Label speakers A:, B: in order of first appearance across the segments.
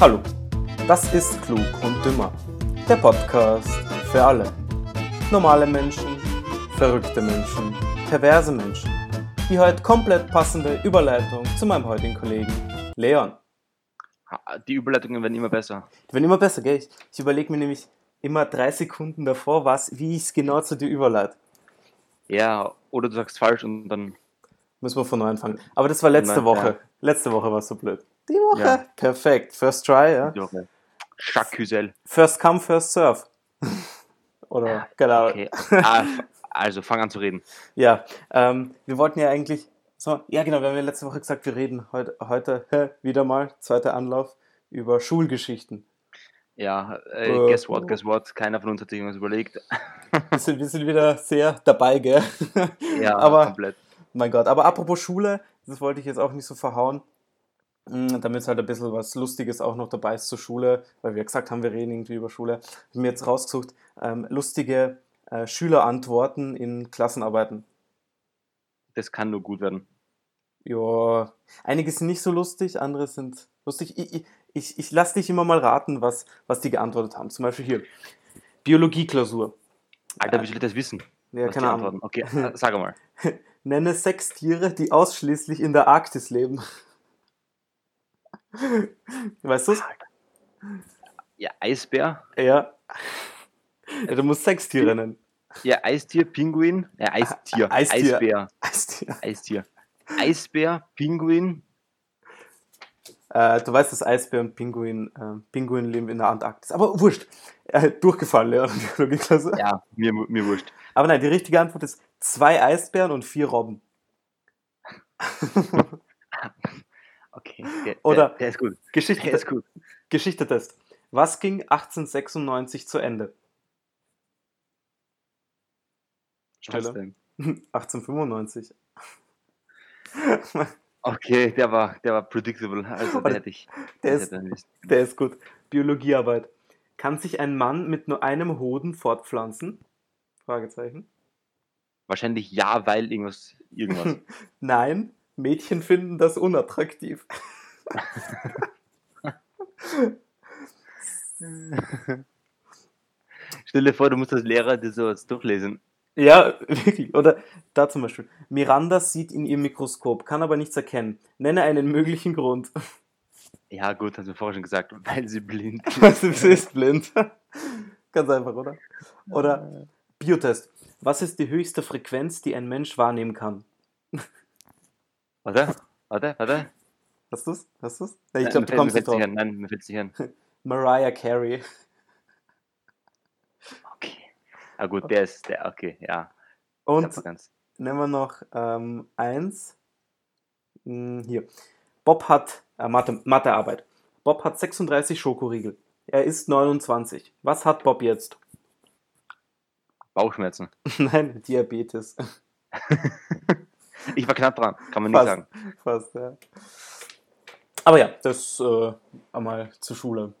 A: Hallo, das ist Klug und Dümmer, der Podcast für alle. Normale Menschen, verrückte Menschen, perverse Menschen. Die heute komplett passende Überleitung zu meinem heutigen Kollegen Leon.
B: Ha, Die Überleitungen werden immer besser.
A: Die werden immer besser, gell? Ich, ich überlege mir nämlich immer drei Sekunden davor, was, wie ich es genau zu dir überleite.
B: Ja, oder du sagst falsch und dann.
A: Müssen wir von neu anfangen. Aber das war letzte
B: Nein,
A: Woche.
B: ja.
A: Letzte Woche war es so blöd. Die Woche.
B: Ja.
A: Perfekt. First try, ja?
B: Jacques Hüsel.
A: First come, first serve. Oder, keine Ahnung.
B: Okay. ah, f- also fang an zu reden.
A: Ja, ähm, wir wollten ja eigentlich, so, ja genau, wir haben ja letzte Woche gesagt, wir reden heute, heute hä, wieder mal, zweiter Anlauf, über Schulgeschichten.
B: Ja, äh,
A: Äh.
B: guess what, guess what? Keiner von uns hat sich irgendwas überlegt.
A: Wir sind, wir sind wieder sehr dabei, gell?
B: Ja,
A: Aber-
B: komplett.
A: mein Gott, aber apropos Schule, das wollte ich jetzt auch nicht so verhauen, Mm, damit es halt ein bisschen was Lustiges auch noch dabei ist zur Schule, weil wir gesagt haben, wir reden irgendwie über Schule. Ich habe mir jetzt rausgesucht, ähm, lustige äh, Schülerantworten in Klassenarbeiten.
B: Das kann nur gut werden.
A: Ja, einige sind nicht so lustig, andere sind lustig. Ich, ich- ich, ich lasse dich immer mal raten, was, was die geantwortet haben. Zum Beispiel hier: Biologieklausur.
B: Alter, wie soll ich das wissen?
A: Ja,
B: was
A: keine
B: die
A: Ahnung.
B: antworten? Okay, äh, sag mal.
A: Nenne sechs Tiere, die ausschließlich in der Arktis leben. Weißt du's?
B: Ja, Eisbär.
A: Ja. ja. Du musst sechs Tiere nennen.
B: Ja, Eistier, Pinguin. Ja, Eistier.
A: Ah, Eistier.
B: Eisbär.
A: Eistier.
B: Eistier. Eisbär, Pinguin.
A: Äh, du weißt, dass Eisbär und Pinguin, äh, Pinguin leben in der Antarktis. Aber wurscht. Äh, durchgefallen, ja, Biologieklausur.
B: Ja, mir, mir wurscht.
A: Aber nein, die richtige Antwort ist zwei Eisbären und vier Robben.
B: Okay, der,
A: Oder-
B: der, der ist gut. Der
A: Geschichte,
B: ist gut.
A: Geschichtetest. Was ging 1896 zu Ende? Stille.
B: Trotzdem.
A: 1895.
B: Okay, der war, der war predictable. Also
A: Oder-
B: der hätte ich.
A: Der
B: das
A: ist,
B: hätte ich nicht.
A: der ist gut. Biologiearbeit. Kann sich ein Mann mit nur einem Hoden fortpflanzen? Fragezeichen.
B: Wahrscheinlich ja, weil irgendwas. irgendwas.
A: Nein, Mädchen finden das unattraktiv.
B: Stell dir vor, du musst als Lehrer dir sowas durchlesen.
A: Ja, wirklich. Oder da zum Beispiel. Miranda sieht in ihr Mikroskop, kann aber nichts erkennen. Nenne einen möglichen Grund.
B: Ja, gut, hast du vorher schon gesagt, weil sie blind
A: Also, sie ist blind. Ganz einfach, oder? Oder
B: Äh,
A: Biotest. Was ist die höchste Frequenz, die ein Mensch wahrnehmen kann?
B: Warte, warte, warte.
A: Hast du's? Hast du's? Nee, ich
B: Nein,
A: glaube,
B: mir
A: du kommst
B: fällt- mir
A: nicht
B: fällt's nicht
A: drauf.
B: an. Nein, mir fällt es nicht an.
A: Mariah Carey.
B: Okay. Ah, gut, der ist der, okay, ja. Ich
A: Und
B: hab's ganz.
A: nehmen wir noch ähm, eins. Hm, hier. Bob hat äh, Mathe, Mathearbeit. Bob hat 36 Schokoriegel. Er ist 29. Was hat Bob jetzt?
B: Bauchschmerzen.
A: Nein, Diabetes.
B: Ich war knapp dran, kann man nicht
A: Fast.
B: sagen.
A: Fast, ja. Aber ja, das äh, einmal zur Schule.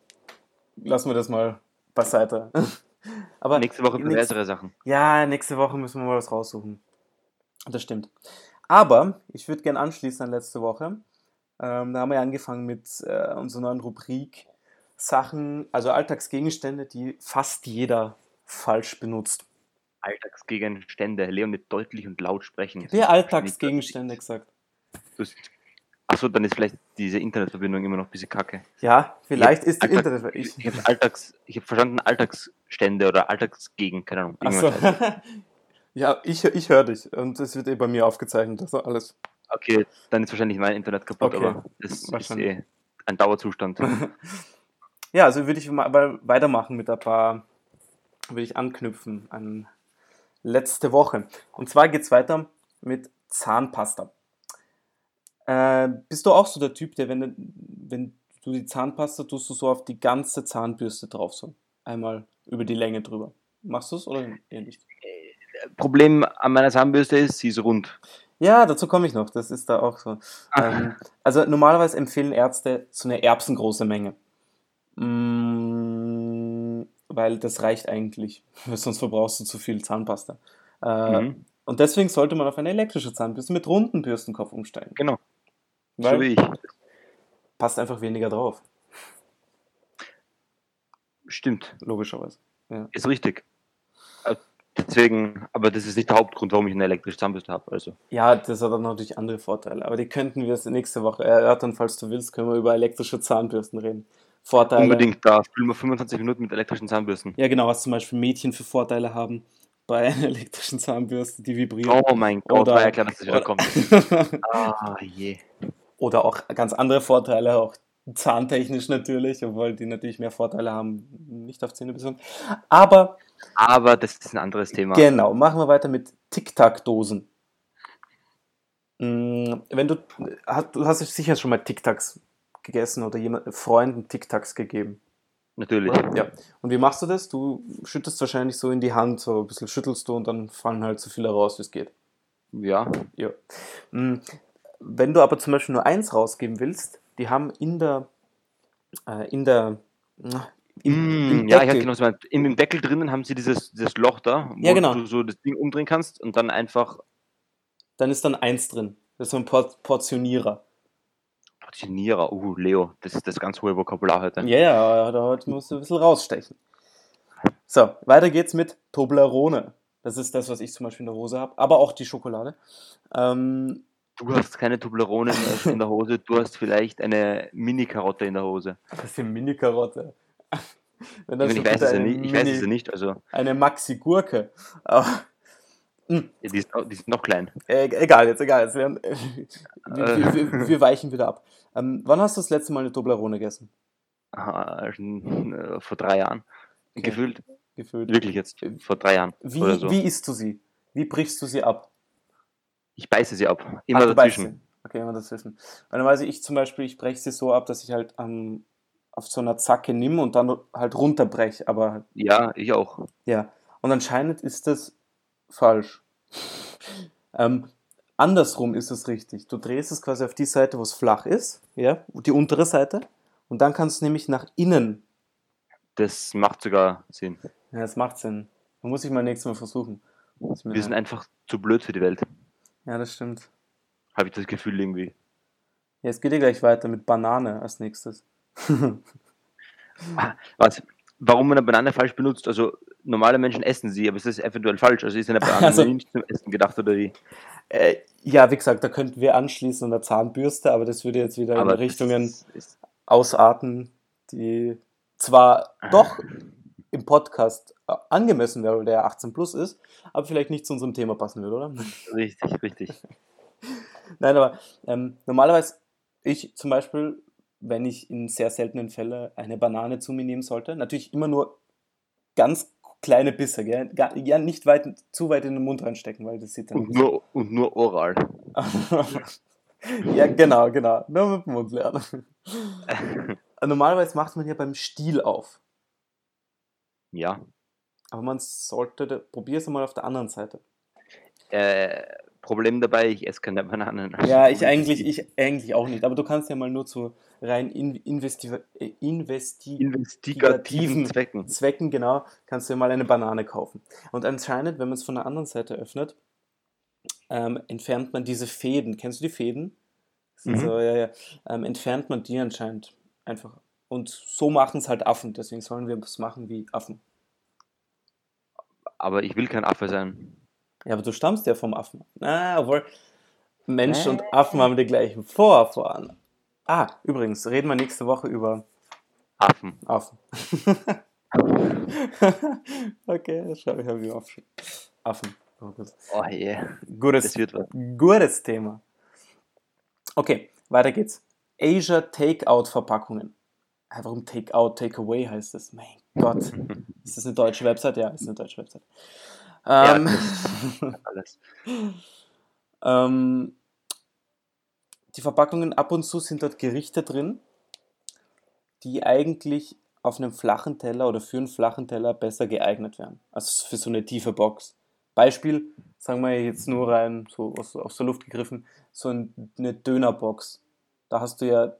A: Lassen wir das mal beiseite. Aber
B: Nächste Woche
A: nächst-
B: bessere Sachen.
A: Ja, nächste Woche müssen wir mal was raussuchen. Das stimmt. Aber ich würde gerne anschließen an letzte Woche. Ähm, da haben wir ja angefangen mit äh, unserer neuen Rubrik Sachen, also Alltagsgegenstände, die fast jeder falsch benutzt.
B: Alltagsgegenstände. Leon wird deutlich und laut sprechen.
A: Wer Alltagsgegenstände gesagt?
B: Achso, dann ist vielleicht diese Internetverbindung immer noch ein bisschen kacke.
A: Ja, vielleicht ist die
B: Alltag-
A: Internet.
B: Ich,
A: Ich,
B: ich habe Alltags, ich habe verstanden Alltagsstände oder Alltagsgegen, keine Ahnung.
A: Ach so.
B: irgendwas heißt.
A: ja, ich, ich höre dich und es wird eh bei mir aufgezeichnet, also alles.
B: Okay, dann ist wahrscheinlich mein Internet kaputt,
A: Okay,
B: aber das ist
A: wahrscheinlich.
B: eh ein Dauerzustand.
A: Ja, also würde ich mal mal weitermachen mit ein paar, würde ich anknüpfen an letzte Woche. Und zwar geht es weiter mit Zahnpasta. Äh, bist du auch so der Typ, der, wenn, du- wenn du die Zahnpasta tust, du so auf die ganze Zahnbürste drauf, so einmal über die Länge drüber? Machst du es oder eher nicht?
B: Problem an meiner Zahnbürste ist, sie ist rund.
A: Ja, dazu komme ich noch. Das ist da auch so. Ähm, also normalerweise empfehlen Ärzte so eine erbsengroße Menge. Mm, weil das reicht eigentlich. Sonst verbrauchst du zu viel Zahnpasta. Äh,
B: Mhm,
A: Und deswegen sollte man auf eine elektrische Zahnbürste mit runden Bürstenkopf umsteigen.
B: genau,
A: Weil
B: so wie ich.
A: passt einfach weniger drauf.
B: Stimmt,
A: logischerweise.
B: ist richtig. Äh, Deswegen, aber das ist nicht der Hauptgrund, warum ich eine elektrische Zahnbürste habe. Also,
A: Ja, das hat dann natürlich andere Vorteile, aber die könnten wir jetzt nächste Woche erörtern, falls du willst, können wir über elektrische Zahnbürsten reden. Vorteile.
B: unbedingt da. Spielen wir 25 Minuten mit elektrischen Zahnbürsten.
A: Ja, genau, was zum Beispiel Mädchen für Vorteile haben bei einer elektrischen Zahnbürste, die vibriert.
B: Oh mein Gott,
A: Oder-
B: war ja klar, dass das wieder
A: oder-
B: kommt. Ah, je.
A: Oder auch ganz andere Vorteile, auch zahntechnisch natürlich, obwohl die natürlich mehr Vorteile haben, nicht auf Zähne bezogen. Aber
B: Aber das ist ein anderes Thema.
A: genau, machen wir weiter mit Tic-Tac-Dosen. Mm, Wenn du, hast- du hast sicher schon mal Tic-Tacs gegessen oder jemand, Freunden Tic-Tacs gegeben.
B: Natürlich.
A: Ja. Und wie machst du das? Du schüttest wahrscheinlich so in die Hand, so ein bisschen schüttelst du und dann fallen halt so viele raus, wie es geht.
B: Ja.
A: Ja. Mm, Wenn du aber zum Beispiel nur eins rausgeben willst, die haben in der, äh, in der, na, im- im
B: Mm, ja, ich hatte
A: Deckel-
B: genau so gemeint. In dem Deckel drinnen haben sie dieses, dieses Loch da, wo
A: Ja, genau.
B: du so das Ding umdrehen kannst und dann einfach
A: dann ist dann eins drin. Das ist so ein Por Portionierer.
B: Portionierer. Uh, Leo, das ist das ganz hohe Vokabular heute.
A: Ja, ja, da heute musst du ein bisschen rausstechen. So, weiter geht's mit Toblerone. Das ist das, was ich zum Beispiel in der Hose habe, aber auch die Schokolade. Ähm,
B: Du hast keine Toblerone mehr in der Hose, du hast vielleicht eine Mini-Karotte in der Hose.
A: was ist eine Mini-Karotte? Wenn
B: Ich,
A: das
B: meine, ich
A: so
B: weiß es ja
A: eine
B: nicht, ich weiß es ja
A: Mini-
B: nicht, also
A: Eine Maxi-Gurke. Aber-
B: ja, die ist, auch- die ist noch klein.
A: Äh, egal, jetzt egal. Jetzt, Leon. Äh, wir, wir, wir, wir weichen wieder ab. Ähm, wann hast du das letzte Mal eine Toblerone gegessen?
B: Ah, schon, äh, Vor drei Jahren.
A: Okay.
B: Gefühlt,
A: Gefühlt.
B: wirklich jetzt, vor drei Jahren
A: Wie,
B: oder so.
A: wie isst du sie? Wie brichst du sie ab?
B: Ich beiße sie ab,
A: Ach,
B: immer
A: Ah, du beißt
B: dazwischen.
A: sie. Okay, immer dazwischen. Und dann weiß ich, ich zum Beispiel, ich breche sie so ab, dass ich halt ähm, auf so einer Zacke nimm und dann halt runterbreche. Aber
B: Ja, ich auch.
A: ja. Und anscheinend ist das falsch. ähm, andersrum ist es richtig. Du drehst es quasi auf die Seite, wo es flach ist, ja, die untere Seite. Und dann kannst du nämlich nach innen
B: Das macht sogar Sinn.
A: Ja, das macht Sinn. Da muss ich mal nächstes Mal versuchen. Ist mir
B: Wir sind
A: leid.
B: einfach zu blöd für die Welt,
A: ja, das stimmt.
B: habe ich das Gefühl irgendwie.
A: Ja, es geht ja gleich weiter mit Banane als nächstes.
B: Was? Warum man eine Banane falsch benutzt? Also normale Menschen essen sie, aber es ist eventuell falsch. Also ist eine Banane
A: Also-
B: nicht zum Essen gedacht oder wie?
A: äh, ja, wie gesagt, da könnten wir anschließen an der Zahnbürste, aber das würde jetzt wieder in
B: das
A: Richtungen
B: ist- ist-
A: ausarten, die zwar doch im Podcast äh, angemessen wäre, weil der ja 18 plus ist, aber vielleicht nicht zu unserem Thema passen würde, oder?
B: richtig, richtig.
A: Nein, aber ähm, normalerweise, ich zum Beispiel, wenn ich in sehr seltenen Fällen eine Banane zu mir nehmen sollte, natürlich immer nur ganz kleine Bisse, gell? Ga- ja, nicht weit, zu weit in den Mund reinstecken, weil das sieht dann
B: Und nur, und nur oral.
A: ja, genau, genau. Nur mit dem Mund lernen. Normalerweise macht man ja beim Stiel auf.
B: Ja.
A: Aber man sollte, probier es mal auf der anderen Seite.
B: Äh, Problem dabei, ich esse keine Bananen. Also,
A: Ja, ich eigentlich, ich eigentlich auch nicht. Aber du kannst ja mal nur zu rein in, investi äh, investi
B: Investigativen
A: investigativen-
B: Zwecken.
A: Zwecken, genau, kannst du dir mal eine Banane kaufen. Und anscheinend, wenn man es von der anderen Seite öffnet, ähm, entfernt man diese Fäden. Kennst du die Fäden? Das sind
B: Mhm.
A: So, ja, ja. Ähm, entfernt man die anscheinend einfach. Und so machen es halt Affen. Deswegen sollen wir es machen wie Affen.
B: Aber ich will kein Affe sein.
A: Ja, aber du stammst ja vom Affen. Na, obwohl Mensch und Affen haben die gleichen Vorfahren. Ah, übrigens, reden wir nächste Woche über
B: Affen.
A: Affen. okay, das schreibe ich mir auf. Affen. Oh, gut.
B: Oh je,
A: Gutes,
B: das wird was.
A: gutes Thema. Okay, weiter geht's. Asia Takeout Verpackungen. Ah, Warum Takeout, Takeaway heißt das? Mein Gott. Ist das eine deutsche Website? Ja, ist eine deutsche Website.
B: Ja,
A: Ähm,
B: Alles.
A: ähm, die Verpackungen ab und zu sind dort Gerichte drin, die eigentlich auf einem flachen Teller oder für einen flachen Teller besser geeignet wären. Also für so eine tiefe Box. Beispiel, sagen wir jetzt nur rein, so aus, aus der Luft gegriffen, so ein, eine Dönerbox. Da hast du ja,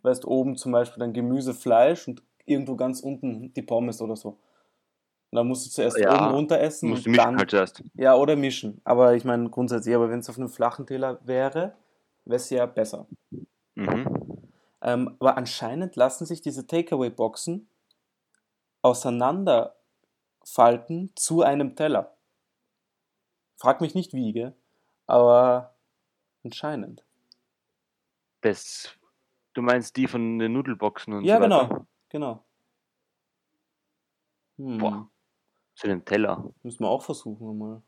A: weißt oben zum Beispiel dann Gemüse, Fleisch und irgendwo ganz unten die Pommes oder so. Und dann musst du zuerst
B: Ja,
A: oben runter essen
B: Musst du
A: und
B: mich
A: dann
B: halt zuerst.
A: ja, oder mischen. Aber ich meine grundsätzlich, aber wenn es auf einem flachen Teller wäre, wäre es ja besser.
B: Mhm.
A: Ähm, aber anscheinend lassen sich diese Takeaway-Boxen auseinanderfalten zu einem Teller. Frag mich nicht wie, gell? aber anscheinend.
B: Das, du meinst die von den Nudelboxen und
A: Ja,
B: so weiter?
A: genau, genau. Hm,
B: Boah. Zu dem Teller.
A: müssen wir auch versuchen einmal.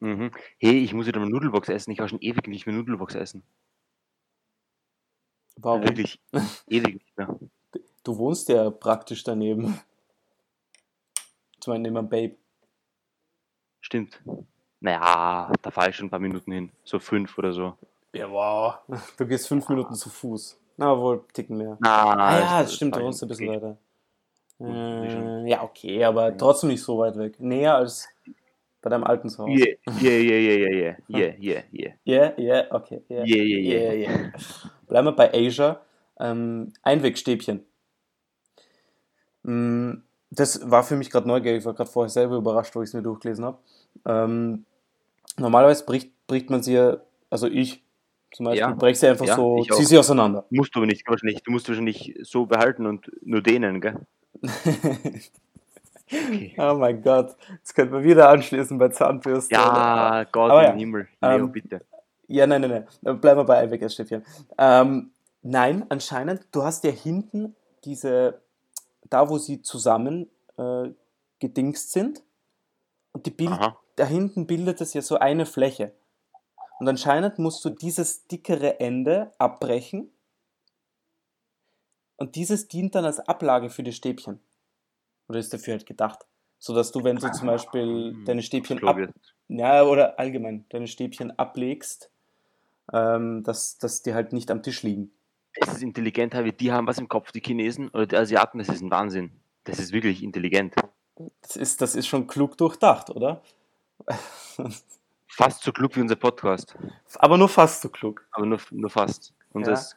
B: Mhm. Hey, ich muss wieder mal Nudelbox essen. Ich war schon ewig nicht mehr Nudelbox essen.
A: Warum?
B: Wirklich. ewig nicht mehr.
A: Du wohnst ja praktisch daneben. Zu meinem Neben Babe.
B: Stimmt. Naja, da fahre ich schon ein paar Minuten hin. So fünf oder so.
A: Ja, wow. Du gehst fünf Minuten zu Fuß. Na wohl, Ticken mehr.
B: Ah,
A: Ah, ja,
B: das-
A: das stimmt,
B: das
A: du
B: war
A: wohnst ein bisschen
B: okay.
A: weiter.
B: Gut, das ist schon-
A: Äh, ja, okay, aber trotzdem nicht so weit weg. Näher als bei deinem alten Zuhause.
B: Yeah, yeah, yeah, yeah, yeah, yeah, yeah, yeah,
A: Yeah, yeah, okay. Yeah,
B: yeah, yeah, yeah.
A: yeah. Bleiben wir bei Asia. Ähm, Einwegstäbchen. Mm, Das war für mich gerade neugierig. Ich war gerade vorher selber überrascht, wo ich es mir durchgelesen habe. Ähm, normalerweise bricht, bricht man sie ja, also ich zum Beispiel,
B: Ja.
A: breche sie einfach
B: Ja,
A: so,
B: ich auch.
A: zieh sie auseinander.
B: Musst du aber nicht, wahrscheinlich, du musst wahrscheinlich so behalten und nur denen, gell? Okay.
A: oh mein Gott, jetzt könnten wir wieder anschließen bei Zahnbürsten.
B: Ja, Gott
A: Aber
B: im
A: ja,
B: Himmel, Leo,
A: ähm,
B: bitte.
A: Ja, nein, nein, nein. Bleiben wir bei Einwegersstäbchen. Ähm, nein, anscheinend, du hast ja hinten diese, da wo sie zusammen äh, gedingst sind, und die Bild,
B: Aha.
A: da hinten bildet es ja so eine Fläche. Und anscheinend musst du dieses dickere Ende abbrechen. Und dieses dient dann als Ablage für die Stäbchen. Oder ist dafür halt gedacht. Sodass du, wenn du zum Beispiel
B: Hm,
A: deine Stäbchen ab,
B: Flo,
A: ja, oder allgemein deine Stäbchen ablegst, ähm, dass, dass die halt nicht am Tisch liegen.
B: Es ist intelligent, Harvey. Die haben was im Kopf, die Chinesen oder die Asiaten, das ist ein Wahnsinn. Das ist wirklich intelligent.
A: Das ist, das ist schon klug durchdacht, oder?
B: Fast so klug wie unser Podcast,
A: Aber nur fast so klug.
B: aber nur, nur fast. Und
A: Ja.
B: das,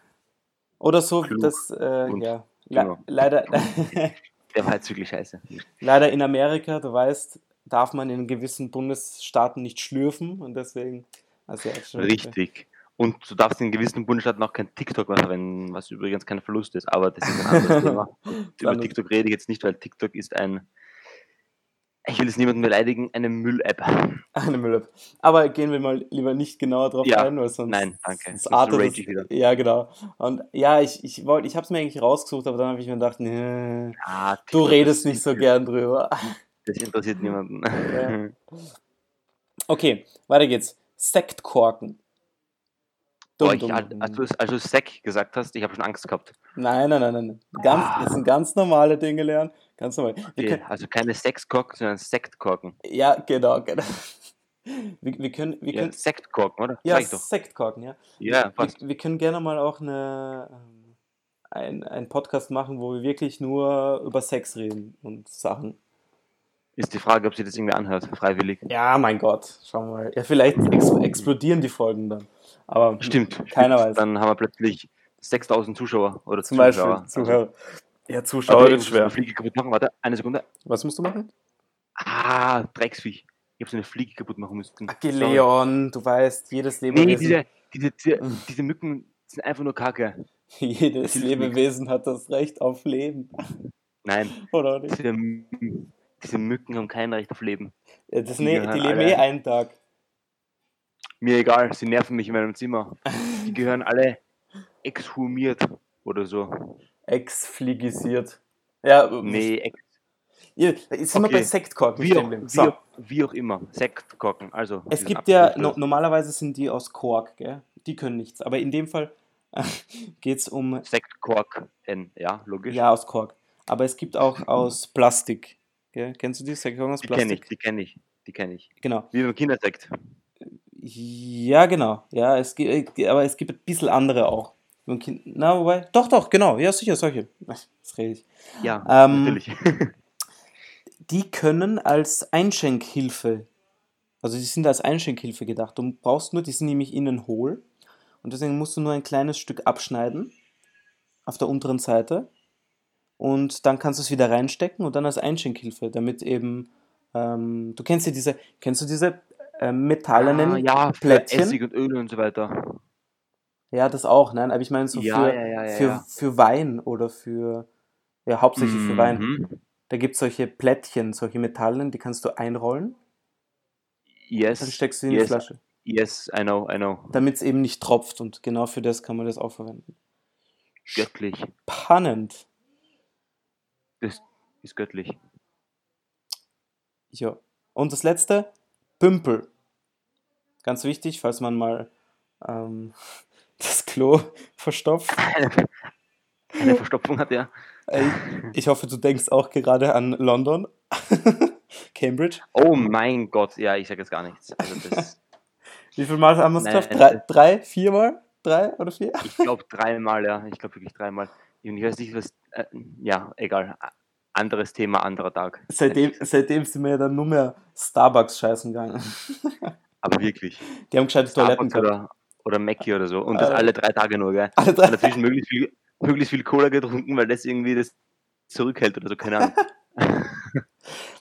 A: Oder so,
B: Klug
A: dass, äh,
B: und
A: ja, le
B: genau.
A: leider,
B: der war jetzt wirklich scheiße.
A: leider in Amerika, du weißt, darf man in gewissen Bundesstaaten nicht schlürfen und deswegen. Also ja, schon-
B: Richtig. Und du darfst in gewissen Bundesstaaten auch kein TikTok mehr verwenden, was übrigens kein Verlust ist, aber das ist ein anderes Thema. Und über
A: Dann-
B: TikTok rede ich jetzt nicht, weil TikTok ist ein, ich will es niemanden beleidigen, eine Müll-App.
A: Eine Müll-App. Aber gehen wir mal lieber nicht genauer drauf
B: Ja.
A: ein, weil sonst.
B: Nein, danke.
A: sonst
B: Sonst
A: artet
B: rage ich wieder.
A: es, ja, genau. Und ja, ich, ich wollte, ich habe es mir eigentlich rausgesucht, aber dann habe ich mir gedacht, nee,
B: Ah,
A: du
B: TikTok,
A: redest nicht so gern
B: interessiert-
A: drüber.
B: Das interessiert niemanden.
A: Ja. Okay, weiter geht's. Sektkorken.
B: Boah,
A: Dumm,
B: ich, also
A: dumm,
B: als,
A: dumm.
B: als du, als du Sack gesagt hast, ich habe schon Angst gehabt.
A: Nein, nein, nein, nein. Ganz,
B: Ah.
A: Das sind ganz normale Dinge lernen. Ganz normal. Wir
B: Okay.
A: können,
B: Also keine Sexkorken, sondern Sektkorken.
A: ja, genau, genau. Wir, wir können, wir
B: Ja,
A: können,
B: Sektkorken, oder?
A: ja,
B: Sag ich doch.
A: Sektkorken, ja.
B: Ja,
A: wir,
B: passt.
A: wir können gerne mal auch eine, ähm, ein, einen Podcast machen, wo wir wirklich nur über Sex reden und Sachen.
B: Ist die Frage, ob sie das irgendwie anhört, freiwillig.
A: Ja, mein Gott, schauen wir mal. Ja, vielleicht ex explodieren die Folgen dann. Aber
B: Stimmt.
A: Keiner
B: stimmt.
A: weiß.
B: Dann haben wir plötzlich 6000 Zuschauer oder
A: zum
B: Zuschauer.
A: Beispiel Zuhörer. Ja,
B: Also,
A: Zuschauer
B: okay,
A: wird
B: ich muss eine
A: schwer.
B: Fliege kaputt machen. Warte, eine Sekunde.
A: Was musst du machen?
B: Ah, Drecksviech. Ich habe so eine Fliege kaputt machen müssen.
A: Ach, Leon, du weißt, jedes
B: Sorry. Nee,
A: Lebewesen,
B: diese, diese, diese, diese Mücken sind einfach nur Kacke.
A: jedes
B: hilft
A: Lebewesen hat das Recht auf Leben,
B: Nein,
A: oder nicht?
B: diese, M- diese Mücken haben kein Recht auf Leben.
A: Ja, Das
B: Die
A: ne,
B: gehören
A: die leben
B: alle.
A: eh einen Tag.
B: Mir egal, sie nerven mich in meinem Zimmer. Die gehören alle exhumiert oder so.
A: Exfligisiert. Ja, äh,
B: Nee, ex
A: Ja, Jetzt sind wir
B: Okay.
A: bei Sektkorken
B: wie, auch,
A: stehen geblieben.
B: wie,
A: So.
B: auch, wie auch immer. Sektkorken, also.
A: Es
B: diesen
A: gibt ja,
B: Abschluss.
A: no, normalerweise sind die aus Kork, gell? Die können nichts. Aber in dem Fall geht es um,
B: Sektkork, N, ja, logisch.
A: ja, aus Kork. Aber es gibt auch aus Plastik. Gell? Kennst du die? Sektkorken aus
B: die kenne ich,
A: Plastik?
B: die kenne ich, die kenne ich.
A: Genau.
B: Wie beim Kindersekt.
A: Ja, genau. Ja, es gibt, aber es gibt ein bisschen andere auch. So ein Kind- Na, wobei. Doch, doch, genau. Ja, sicher, solche. Das rede ich.
B: Ja,
A: Ähm,
B: natürlich.
A: Die können als Einschenkhilfe, also die sind als Einschenkhilfe gedacht. Du brauchst nur, die sind nämlich innen hohl und deswegen musst du nur ein kleines Stück abschneiden auf der unteren Seite und dann kannst du es wieder reinstecken und dann als Einschenkhilfe, damit eben, ähm, du kennst ja diese, kennst du diese äh, metallenen?
B: Ah, ja, für
A: Plättchen?
B: Essig und Öl und so weiter.
A: Ja, das auch, nein, aber ich meine so
B: Ja,
A: für,
B: ja, ja, ja,
A: für,
B: ja.
A: für Wein oder für, ja, hauptsächlich für Wein.
B: Mhm.
A: Da gibt es solche Plättchen, solche Metallen, die kannst du einrollen, dann
B: Yes,
A: steckst du die in die
B: Yes.
A: Flasche.
B: yes, I know, I know.
A: Damit es eben nicht tropft und genau für das kann man das auch verwenden.
B: Göttlich.
A: Spannend.
B: Das ist göttlich.
A: Ja. Und das letzte, Pümpel. Ganz wichtig, falls man mal ähm, das Klo verstopft. Hm.
B: Eine Verstopfung hat er.
A: Äh, Ich hoffe, du denkst auch gerade an London, Cambridge.
B: Oh mein Gott, ja, ich sag jetzt gar nichts. Also das,
A: Wie viel Mal haben wir es
B: Nein,
A: geschafft?
B: nein,
A: Drei,
B: nein.
A: drei, viermal? Drei oder vier?
B: ich glaube dreimal, ja. Ich glaube wirklich dreimal. Und ich weiß nicht, was. Äh, ja, egal. Anderes Thema, anderer Tag.
A: Seitdem, seitdem sind wir ja dann nur mehr Starbucks scheißen gegangen.
B: Aber wirklich.
A: Die haben gescheite Toiletten
B: Starbucks
A: gehabt.
B: oder, oder Mackie oder so. Und das
A: Äh.
B: alle drei Tage nur, gell?
A: Alle
B: Und
A: drei.
B: dazwischen möglichst viel, möglichst viel Cola getrunken, weil das irgendwie das zurückhält oder so, keine Ahnung.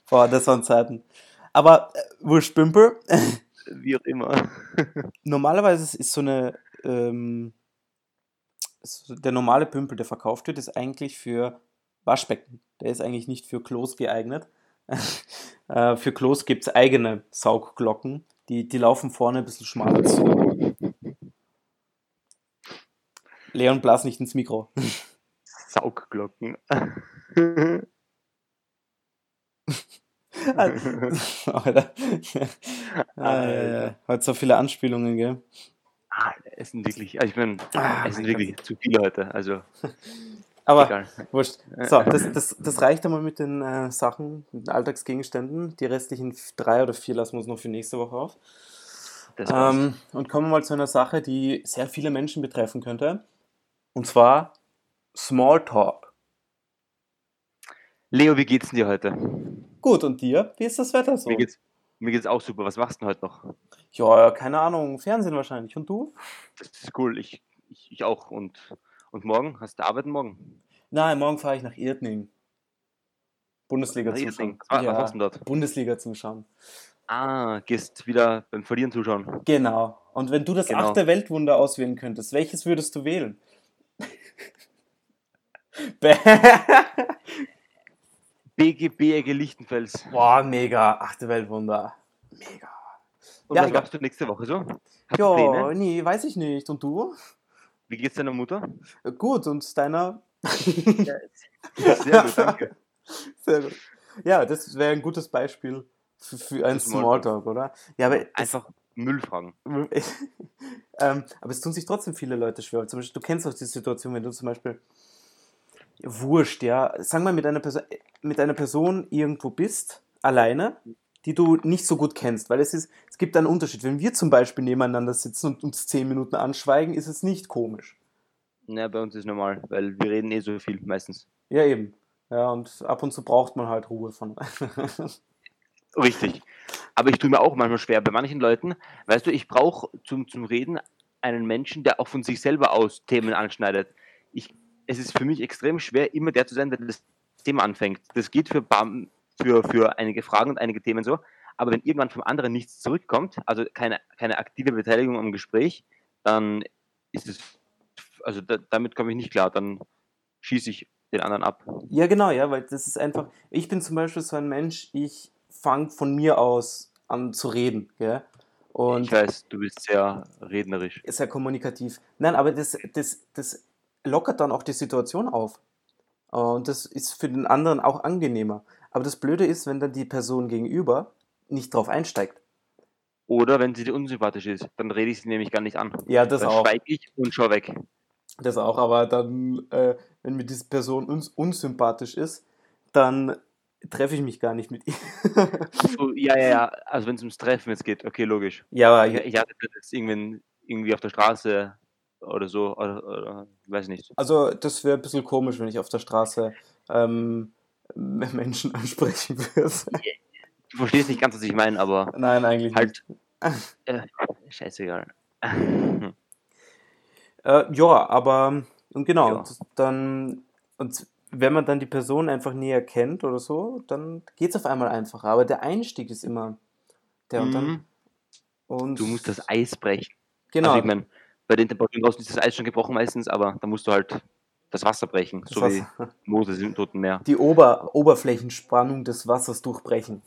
A: Boah, das waren Zeiten. Aber äh, wurscht, Pümpel.
B: Wie auch immer.
A: Normalerweise ist so eine. Ähm, so der normale Pümpel, der verkauft wird, ist eigentlich für Waschbecken. Der ist eigentlich nicht für Klos geeignet. äh, für Klos gibt es eigene Saugglocken. Die, die laufen vorne ein bisschen schmaler zu. Leon, blas nicht ins Mikro.
B: Saugglocken. Ah,
A: Alter. äh, heute so viele Anspielungen, gell?
B: Ah, es sind wirklich, also ich meine,
A: Ah,
B: es sind wirklich zu viele heute, also
A: Aber
B: egal.
A: Wurscht.
B: Äh,
A: So, das, das, das reicht einmal mit den äh, Sachen, mit den Alltagsgegenständen. Die restlichen f- drei oder vier lassen wir uns noch für nächste Woche auf.
B: Das war's.
A: Ähm, und kommen wir mal zu einer Sache, die sehr viele Menschen betreffen könnte. Und zwar Smalltalk.
B: Leo, wie geht's denn dir heute?
A: Gut, und dir? Wie ist das Wetter so?
B: Mir, geht's, mir geht's auch super. Was machst du denn heute noch?
A: Ja, keine Ahnung, Fernsehen wahrscheinlich. Und du?
B: Das ist cool, ich, ich, ich auch. Und, und morgen? Hast du Arbeiten morgen?
A: Nein, morgen fahre ich nach Irdning. Bundesliga
B: Ah, ihr
A: zuschauen.
B: Ding. Ah, Was machst
A: ja,
B: du denn dort?
A: Bundesliga zuschauen.
B: Ah, gehst wieder beim Verlieren zuschauen.
A: Genau. Und wenn du das
B: Genau.
A: achte Weltwunder auswählen könntest, welches würdest du wählen? Bäh.
B: BGB Ecke Lichtenfels.
A: Boah, mega. Achte Weltwunder. Mega.
B: Und
A: Ja,
B: was
A: egal.
B: machst du nächste Woche so? Hast du
A: Ja,
B: Pläne?
A: nee, weiß ich nicht. Und du?
B: Wie geht's deiner Mutter?
A: Äh, Gut, und deiner?
B: Sehr gut, danke.
A: Sehr gut. Ja, das wäre ein gutes Beispiel für, für einen Smalltalk,
B: Smalltalk. Also
A: oder? Ja, aber das,
B: Einfach Müll fragen.
A: ähm, aber es tun sich trotzdem viele Leute schwer. Zum Beispiel, du kennst auch die Situation, wenn du zum Beispiel wurscht, ja, sagen wir mit einer Person, mit einer Person irgendwo bist, alleine, die du nicht so gut kennst, weil es ist, es gibt einen Unterschied. Wenn wir zum Beispiel nebeneinander sitzen und uns zehn Minuten anschweigen, ist es nicht komisch.
B: Na, bei uns ist normal, weil wir reden eh so viel meistens.
A: Ja, eben. Ja, und ab und zu braucht man halt Ruhe von.
B: Richtig. Aber ich tue mir auch manchmal schwer. Bei manchen Leuten, weißt du, ich brauche zum, zum Reden einen Menschen, der auch von sich selber aus Themen anschneidet. Ich, es ist für mich extrem schwer, immer der zu sein, der das Thema anfängt. Das geht für, Bam- für, für einige Fragen und einige Themen so. Aber wenn irgendwann vom anderen nichts zurückkommt, also keine, keine aktive Beteiligung am Gespräch, dann ist es, also da, damit komme ich nicht klar. Dann schieße ich den anderen ab.
A: Ja, genau, ja, weil das ist einfach. Ich bin zum Beispiel so ein Mensch, ich fange von mir aus an zu reden, gell?
B: ich
A: Und
B: weiß, du bist sehr rednerisch.
A: ist ja kommunikativ. Nein, aber das, das, das lockert dann auch die Situation auf. Äh, Und das ist für den anderen auch angenehmer. Aber das Blöde ist, wenn dann die Person gegenüber nicht drauf einsteigt.
B: Oder wenn sie dir unsympathisch ist, dann rede ich sie nämlich gar nicht an.
A: Ja, das
B: dann
A: auch.
B: schweige ich und schau weg.
A: Das auch, aber dann, äh, wenn mir diese Person uns unsympathisch ist, dann treffe ich mich gar nicht mit ihr.
B: So, ja, ja, ja. Also wenn es ums Treffen jetzt geht, okay, logisch.
A: ja, aber
B: Ich, ich hatte das jetzt irgendwann irgendwie auf der Straße oder so, oder, oder weiß nicht.
A: Also, das wäre ein bisschen komisch, wenn ich auf der Straße ähm, m- Menschen ansprechen würde.
B: Du verstehst nicht ganz, was ich meine, aber
A: Nein, eigentlich
B: halt.
A: nicht.
B: Äh, scheißegal.
A: Äh, ja, aber und genau,
B: Ja.
A: das- dann und wenn man dann die Person einfach näher kennt oder so, dann geht's auf einmal einfacher. Aber der Einstieg ist immer der und dann
B: Mhm.
A: und
B: Du musst das Also Eis brechen.
A: genau.
B: Also ich meine, bei den Temperaturen draußen ist das Eis schon gebrochen meistens, aber da musst du halt das Wasser brechen,
A: Das
B: so
A: Wasser-
B: wie Moses im Toten Meer.
A: Die Ober Oberflächenspannung des Wassers durchbrechen.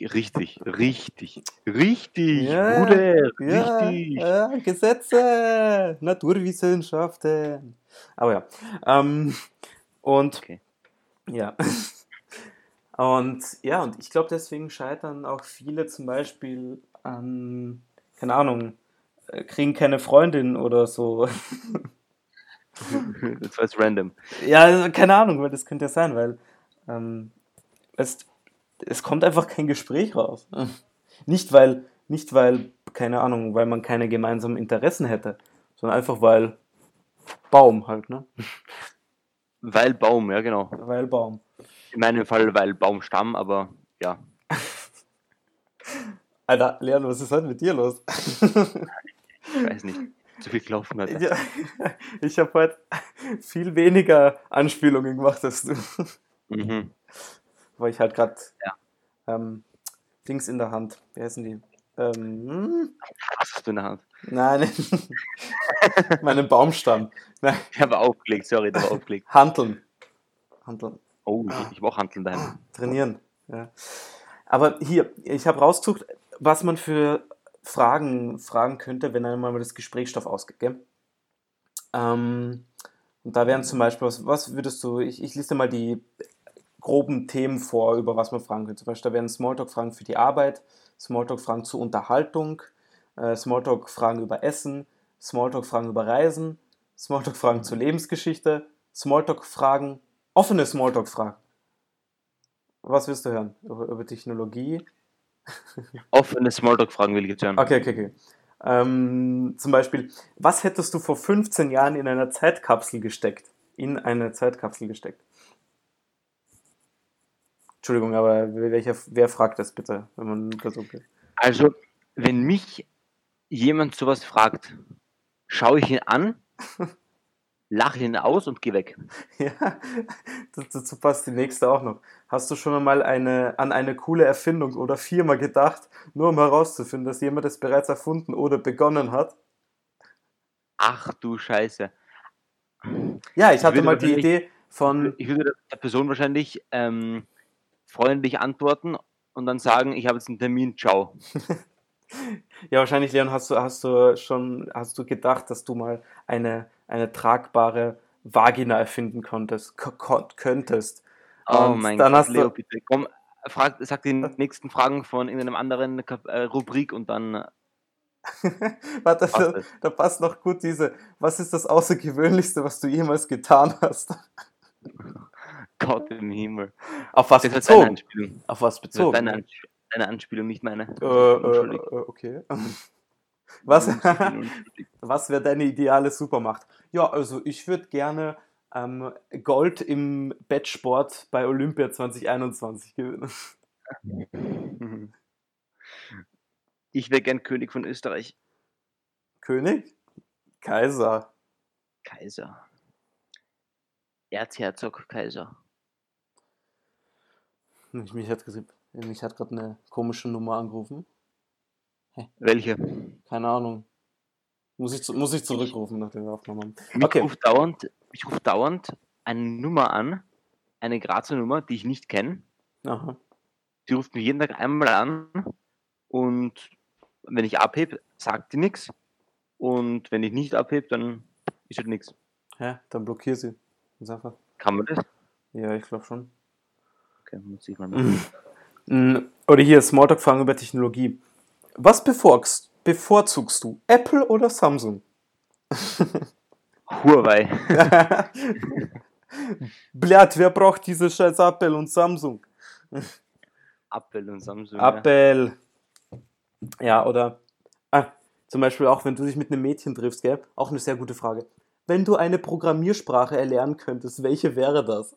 B: Richtig, richtig, richtig,
A: Ja,
B: Bruder,
A: Ja,
B: richtig.
A: ja, Gesetze, Naturwissenschaften. Aber ja. Ähm, und
B: Okay.
A: ja. Und ja, und ich glaube, deswegen scheitern auch viele zum Beispiel an, keine Ahnung, äh, kriegen keine Freundin oder so.
B: Das war jetzt random.
A: Ja, also keine Ahnung, weil das könnte ja sein, weil ähm, es, es kommt einfach kein Gespräch raus. Nicht weil, nicht weil, keine Ahnung, weil man keine gemeinsamen Interessen hätte, sondern einfach weil Baum halt, ne?
B: Weil Baum, ja genau.
A: Weil Baum.
B: In meinem Fall, weil Baumstamm, aber ja.
A: Alter, Leon, was ist heute mit dir los?
B: Ich weiß nicht. Zu viel gelaufen hat.
A: Ja, ich habe heute viel weniger Anspielungen gemacht als du,
B: Mhm.
A: weil ich halt gerade ähm, Dings in der Hand. Wie heißen die? Ähm,
B: Was hast du in der Hand?
A: nein, meinen Baumstamm. Nein,
B: Der war aufgelegt, sorry, der war aufgelegt.
A: Hanteln. Hanteln.
B: Oh,
A: Ah.
B: ich, ich mach Handeln daheim.
A: Trainieren. Ja. Aber hier, ich habe rausgesucht, was man für Fragen fragen könnte, wenn einem mal das Gesprächsstoff ausgeht. Gell? Ähm, und da wären zum Beispiel, was, was würdest du, ich, ich liste mal die groben Themen vor, über was man fragen könnte. Zum Beispiel, da wären Smalltalk-Fragen für die Arbeit, Smalltalk-Fragen zur Unterhaltung, äh, Smalltalk-Fragen über Essen, Smalltalk-Fragen über Reisen, Smalltalk-Fragen zur Lebensgeschichte, Smalltalk-Fragen, offene Smalltalk-Fragen. Was willst du hören? Über, über Technologie?
B: Offene Smalltalk-Fragen will ich jetzt hören.
A: Okay, okay, okay. Ähm, zum Beispiel, was hättest du vor 15 Jahren in einer Zeitkapsel gesteckt? In eine Zeitkapsel gesteckt. Entschuldigung, aber welcher, wer fragt das bitte, wenn man das so
B: Also, wenn mich jemand sowas fragt, schaue ich ihn an, lache ihn aus und gehe weg.
A: Ja, das- dazu passt die nächste auch noch. Hast du schon einmal eine, an eine coole Erfindung oder Firma gedacht, nur um herauszufinden, dass jemand es bereits erfunden oder begonnen hat?
B: Ach du Scheiße.
A: Ja, ich
B: Ich
A: hatte
B: würde
A: mal die
B: wahrscheinlich-
A: Idee von.
B: Ich würde der Person wahrscheinlich ähm, freundlich antworten und dann sagen, ich habe jetzt einen Termin, ciao.
A: Ja, wahrscheinlich, Leon, hast du, hast du schon, hast du gedacht, dass du mal eine, eine tragbare Vagina erfinden konntest, ko- ko- könntest.
B: Oh
A: Und
B: mein
A: dann
B: Gott,
A: hast du-
B: Leo, bitte komm, frag, sag die nächsten Fragen von irgendeinem anderen Kap äh, Rubrik und dann
A: Warte,
B: passt
A: da,
B: es.
A: da passt noch gut diese, was ist das Außergewöhnlichste, was du jemals getan hast?
B: Gott im Himmel.
A: Auf was
B: Das ist deine
A: bezogen?
B: Anspielung.
A: Auf was
B: Das ist
A: bezogen?
B: deine, Ansp deine Anspielung, nicht meine.
A: Äh, äh,
B: Entschuldigung.
A: äh, okay. Was,
B: Entschuldigung.
A: was wäre deine ideale Supermacht? Ja, also ich würde gerne ähm, Gold im Bettsport bei Olympia 2021 gewinnen.
B: Ich wäre gern König von Österreich.
A: König? Kaiser.
B: Kaiser. Erzherzog Kaiser.
A: Hm, Mich, mich hat, ges- mich hat gerade eine komische Nummer angerufen.
B: Welche?
A: Keine Ahnung. Muss ich, zu- muss ich zurückrufen nach der Aufnahme?
B: Mich
A: Okay.
B: ruft dauernd, mich ruft dauernd eine Nummer an, eine Grazer Nummer, die ich nicht kenne.
A: Aha.
B: Die ruft mich jeden Tag einmal an und wenn ich abhebe, sagt die nichts. Und wenn ich nicht abhebe, dann ist halt nichts.
A: Hä? Dann blockier sie. Ganz einfach.
B: Kann man das?
A: Ja, ich glaube schon.
B: Okay, muss ich mal machen.
A: Mhm. Mhm. Oder hier, Smalltalk-Fragen über Technologie. Was bevorgst, bevorzugst du? Apple oder Samsung?
B: Huawei.
A: Blatt, wer braucht diese scheiß Apple und Samsung?
B: Apple und Samsung. ja.
A: Appel. Ja, oder ah, zum Beispiel auch, wenn du dich mit einem Mädchen triffst, gell? Auch eine sehr gute Frage. Wenn du eine Programmiersprache erlernen könntest, welche wäre das?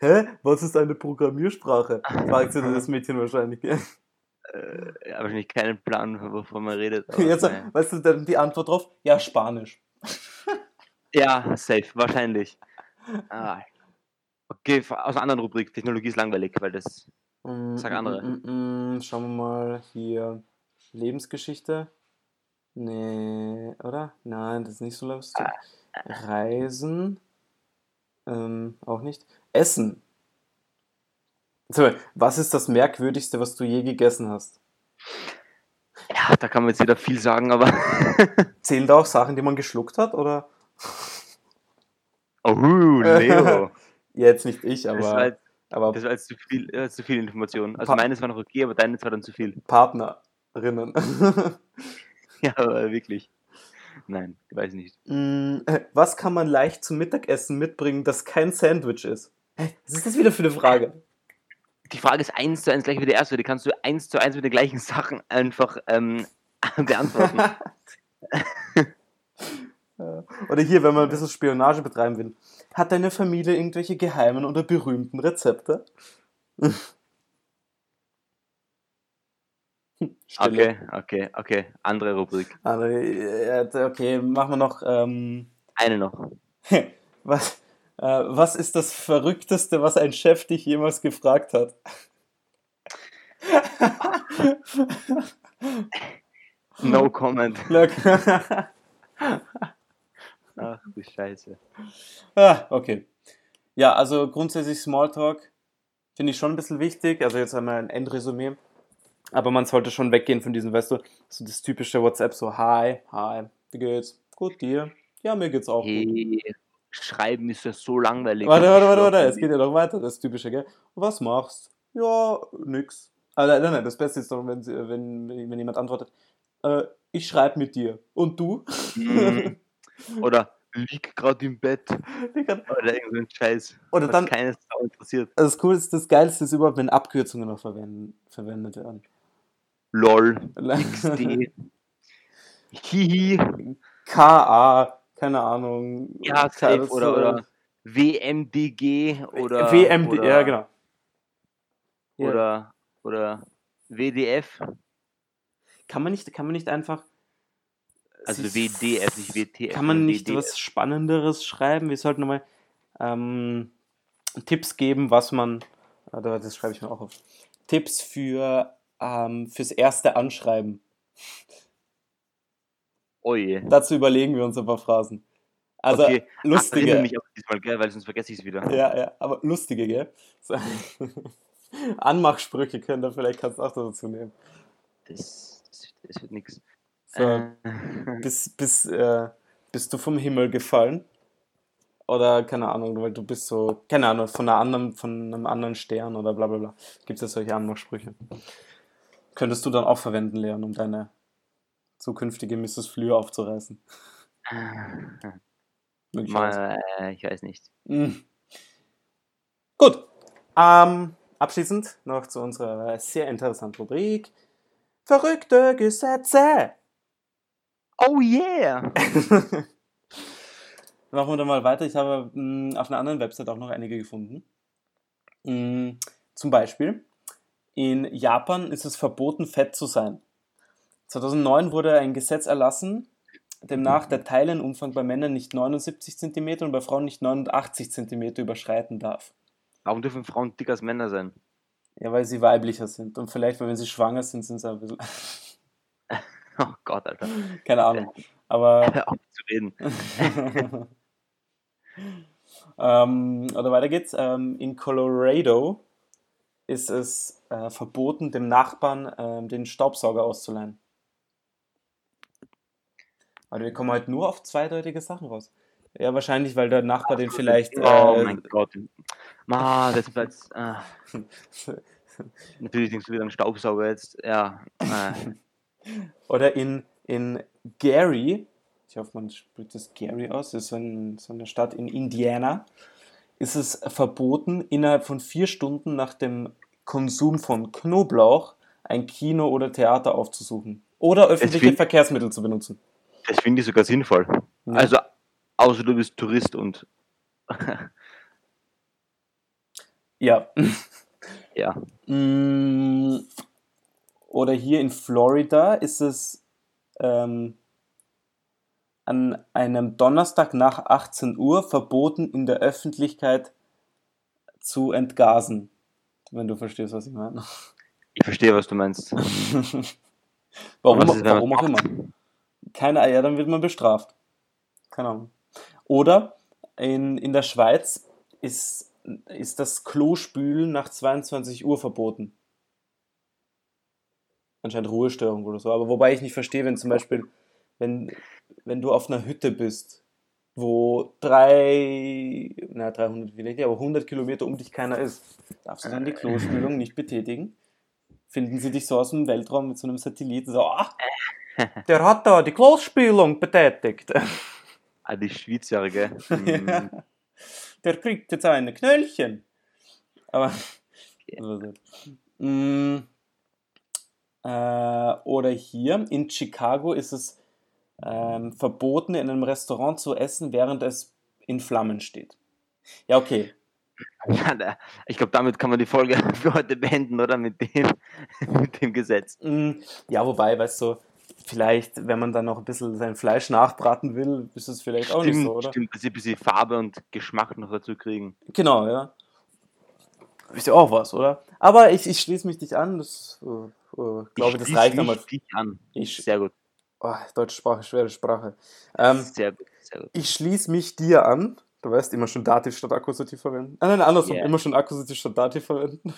A: Hä? Was ist eine Programmiersprache? Fragt sie dann das Mädchen wahrscheinlich. Gell?
B: Äh, ja, wahrscheinlich keinen Plan, wovon man redet. aber
A: Jetzt,
B: naja.
A: weißt du dann die Antwort drauf? Ja, Spanisch.
B: Ja, safe, wahrscheinlich. Ah. Okay, f- aus einer anderen Rubrik. Technologie ist langweilig, weil das.
A: Mm,
B: Sag
A: mm,
B: andere.
A: mm, mm, mm. Schauen wir mal hier. Lebensgeschichte. Nee, oder? Nein, das ist nicht so lustig.
B: Ah.
A: Reisen. Ähm, auch nicht. Essen. So, was ist das Merkwürdigste, was du je gegessen hast?
B: Ja, da kann man jetzt wieder viel sagen, aber.
A: Zählen da auch Sachen, die man geschluckt hat, oder?
B: oh, Leo.
A: Ja, jetzt nicht ich,
B: Das war,
A: aber,
B: jetzt-
A: aber
B: das war jetzt zu viel, äh, zu viel Information. Also
A: Pa-
B: meines war noch okay, aber deines war dann zu viel.
A: Partnerinnen.
B: Ja, aber wirklich. Nein, ich weiß nicht.
A: Mm, äh, Was kann man leicht zum Mittagessen mitbringen, das kein Sandwich ist? Hä, Was ist das wieder für eine Frage?
B: Die Frage ist eins zu eins gleich wie die erste. Die kannst du eins zu eins mit den gleichen Sachen einfach ähm, beantworten.
A: Oder hier, wenn man ein bisschen Spionage betreiben will. Hat deine Familie irgendwelche geheimen oder berühmten Rezepte? Stille.
B: Okay, okay, okay. Andere Rubrik.
A: Aber, äh, okay, machen wir noch. Ähm,
B: Eine noch.
A: was, äh, was ist das Verrückteste, was ein Chef dich jemals gefragt hat?
B: No comment.
A: Look.
B: Ach du Scheiße.
A: ah, okay. Ja, also grundsätzlich Smalltalk finde ich schon ein bisschen wichtig. Also jetzt einmal ein Endresümee. Aber man sollte schon weggehen von diesem, weißt du, so das typische WhatsApp, so hi, hi, wie geht's? Gut, dir? Ja, mir geht's auch gut.
B: Hey, schreiben ist ja so langweilig.
A: Warte, warte, warte, warte, es
B: Es
A: geht ja noch weiter, das typische, gell? Was machst? Ja, nix. Ah, nein, nein, nein, das Beste ist doch, wenn, sie- wenn, wenn jemand antwortet, äh, ich schreibe mit dir. Und du?
B: Oder lieg gerade im Bett.
A: Oder
B: Oder irgendein Scheiß. was
A: dann,
B: keines Sau interessiert.
A: Also das Coolste, das Geilste ist überhaupt, wenn Abkürzungen noch verwenden, verwendet werden.
B: LOL. XD. Hihi.
A: KA, keine Ahnung.
B: Ja, safe. Oder, oder WMDG. Oder,
A: WMD,
B: oder,
A: ja, genau. Ja.
B: Oder, oder WDF.
A: Kann man nicht, kann man nicht einfach.
B: Also
A: sich-
B: WDF, nicht WTF.
A: Kann man
B: sondern
A: nicht
B: WDF.
A: was Spannenderes schreiben? Wir sollten nochmal ähm, Tipps geben, was man. Oder das schreibe ich mir auch auf. Tipps für ähm, fürs erste Anschreiben.
B: Oje.
A: Dazu überlegen wir uns ein paar Phrasen. Also
B: Okay,
A: lustige.
B: Erinnere mich auf diesmal, gell, weil sonst vergesse ich es wieder.
A: Ja, ja, aber lustige, gell? So. Anmachsprüche können da vielleicht kannst du auch dazu nehmen.
B: Das, das, das wird nichts.
A: So,
B: Äh.
A: bis, bis, äh, bist du vom Himmel gefallen? Oder keine Ahnung, weil du bist so, keine Ahnung, von, einer anderen, von einem anderen Stern oder bla bla bla. Gibt es ja solche Anmachsprüche. Könntest du dann auch verwenden, Leon, um deine zukünftige Mrs. Fleur aufzureißen? Möglicherweise.
B: Mal, äh, ich weiß nicht.
A: Mhm. Gut. Ähm, abschließend noch zu unserer sehr interessanten Rubrik. Verrückte Gesetze.
B: Oh yeah!
A: Machen wir dann mal weiter. Ich habe mh, auf einer anderen Website auch noch einige gefunden. Mh, zum Beispiel, in Japan ist es verboten, fett zu sein. 2009 wurde ein Gesetz erlassen, demnach der Teilenumfang bei Männern nicht 79 cm und bei Frauen nicht 89 cm überschreiten darf.
B: Warum dürfen Frauen dicker als Männer sein?
A: Ja, weil sie weiblicher sind. Und vielleicht, weil wenn sie schwanger sind, sind sie ein bisschen.
B: Oh Gott, Alter.
A: Keine Ahnung. Aber.
B: Hör auf zu reden.
A: ähm, oder weiter geht's. Ähm, in Colorado ist es äh, verboten, dem Nachbarn ähm, den Staubsauger auszuleihen. Also wir kommen halt nur auf zweideutige Sachen raus. Ja, wahrscheinlich, weil der Nachbar den vielleicht.
B: Oh
A: äh,
B: mein Gott. Ma, das war jetzt. Äh, natürlich denkst du wieder an Staubsauger jetzt. Ja. Äh,
A: Oder in, in Gary, ich hoffe, man spricht das Gary aus, das ist so, ein, so eine Stadt in Indiana, ist es verboten, innerhalb von vier Stunden nach dem Konsum von Knoblauch ein Kino oder Theater aufzusuchen. Oder öffentliche
B: fehlt-
A: Verkehrsmittel zu benutzen.
B: das finde ich sogar sinnvoll.
A: Ja.
B: Also, außer du bist Tourist und.
A: Ja.
B: Ja.
A: Mm, Oder hier in Florida ist es ähm, an einem Donnerstag nach 18 Uhr verboten, in der Öffentlichkeit zu entgasen. Wenn du verstehst, was ich meine.
B: Ich verstehe, was du meinst.
A: Warum,
B: Was ist, wenn man
A: warum auch immer.
B: raucht?
A: keine Eier, dann wird man bestraft. Keine Ahnung. Oder in, in der Schweiz ist, ist das Klospülen nach 22 Uhr verboten. Anscheinend Ruhestörung oder so. Aber wobei ich nicht verstehe, wenn zum Beispiel, wenn, wenn du auf einer Hütte bist, wo drei, na 300 vielleicht, nicht, aber 100 Kilometer um dich keiner ist, darfst du dann die Klospülung nicht betätigen? Finden sie dich so aus dem Weltraum mit so einem Satelliten, so, ah, der hat da die Klospülung betätigt.
B: Ah, die Schweizer, gell? Hm.
A: Ja. Der kriegt jetzt eine Knöllchen. Aber. Also, mm, äh, oder hier in Chicago ist es ähm, verboten, in einem Restaurant zu essen, während es in Flammen steht. Ja, okay.
B: Ja, da- ich glaube, damit kann man die Folge für heute beenden, oder? Mit dem, mit dem Gesetz.
A: Mm, ja, wobei, weißt du, vielleicht, wenn man dann noch ein bisschen sein Fleisch nachbraten will, ist es vielleicht auch nicht so, oder?
B: stimmt, dass sie ein bisschen Farbe und Geschmack noch dazu kriegen.
A: Genau, ja. Ist ja auch was, oder? Aber ich, ich schließe mich dich an. Das, äh, äh, glaube, das
B: schließe
A: reicht
B: mich
A: einmal.
B: dich an.
A: Ich,
B: Sehr gut.
A: oh, deutsche Sprache, schwere Sprache. Ähm,
B: Sehr gut. Sehr gut.
A: ich schließe mich dir an. Du weißt, immer schon Dativ statt Akkusativ verwenden. Ah, nein, andersrum,
B: Yeah.
A: immer schon Akkusativ statt Dativ verwenden.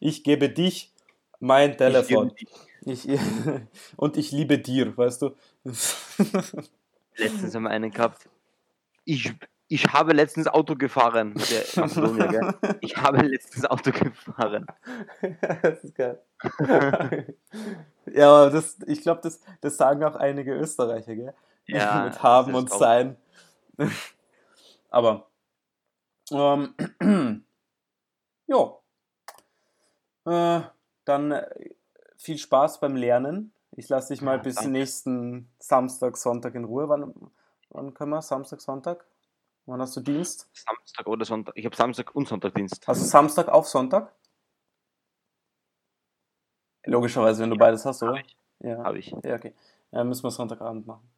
A: Ich gebe dich mein Telefon.
B: Ich gebe-
A: Ich, und ich liebe dir, weißt du?
B: Letztens haben wir einen gehabt. Ich, ich habe letztens Auto gefahren. Der Mazedonier, gell? Ich habe letztens Auto gefahren.
A: das ist geil. ja, aber das, ich glaube, das, das sagen auch einige Österreicher, gell?
B: Ja,
A: mit haben
B: das
A: und
B: ist auch-
A: sein. Aber ähm, ja, äh, dann äh, viel Spaß beim Lernen. Ich lasse dich mal
B: Ja,
A: bis
B: danke.
A: nächsten Samstag, Sonntag in Ruhe. Wann, wann können wir? Samstag, Sonntag? Wann hast du Dienst?
B: Samstag oder Sonntag. Ich habe Samstag und Sonntagdienst.
A: Also Samstag auf Sonntag? Logischerweise, wenn du beides hast, oder?
B: Habe ich.
A: Ja,
B: Hab ich.
A: ja okay. Ja, müssen wir Sonntagabend machen.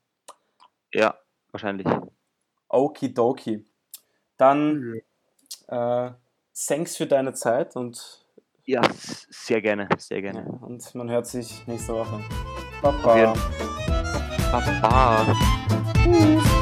B: Ja, wahrscheinlich.
A: Okidoki. Dann
B: Mhm.
A: äh, thanks für deine Zeit und,
B: Ja, s- sehr gerne. Sehr
A: ja,
B: gerne.
A: und man hört sich nächste Woche. Baba.
B: Auf jeden Baba.
A: Tschüss.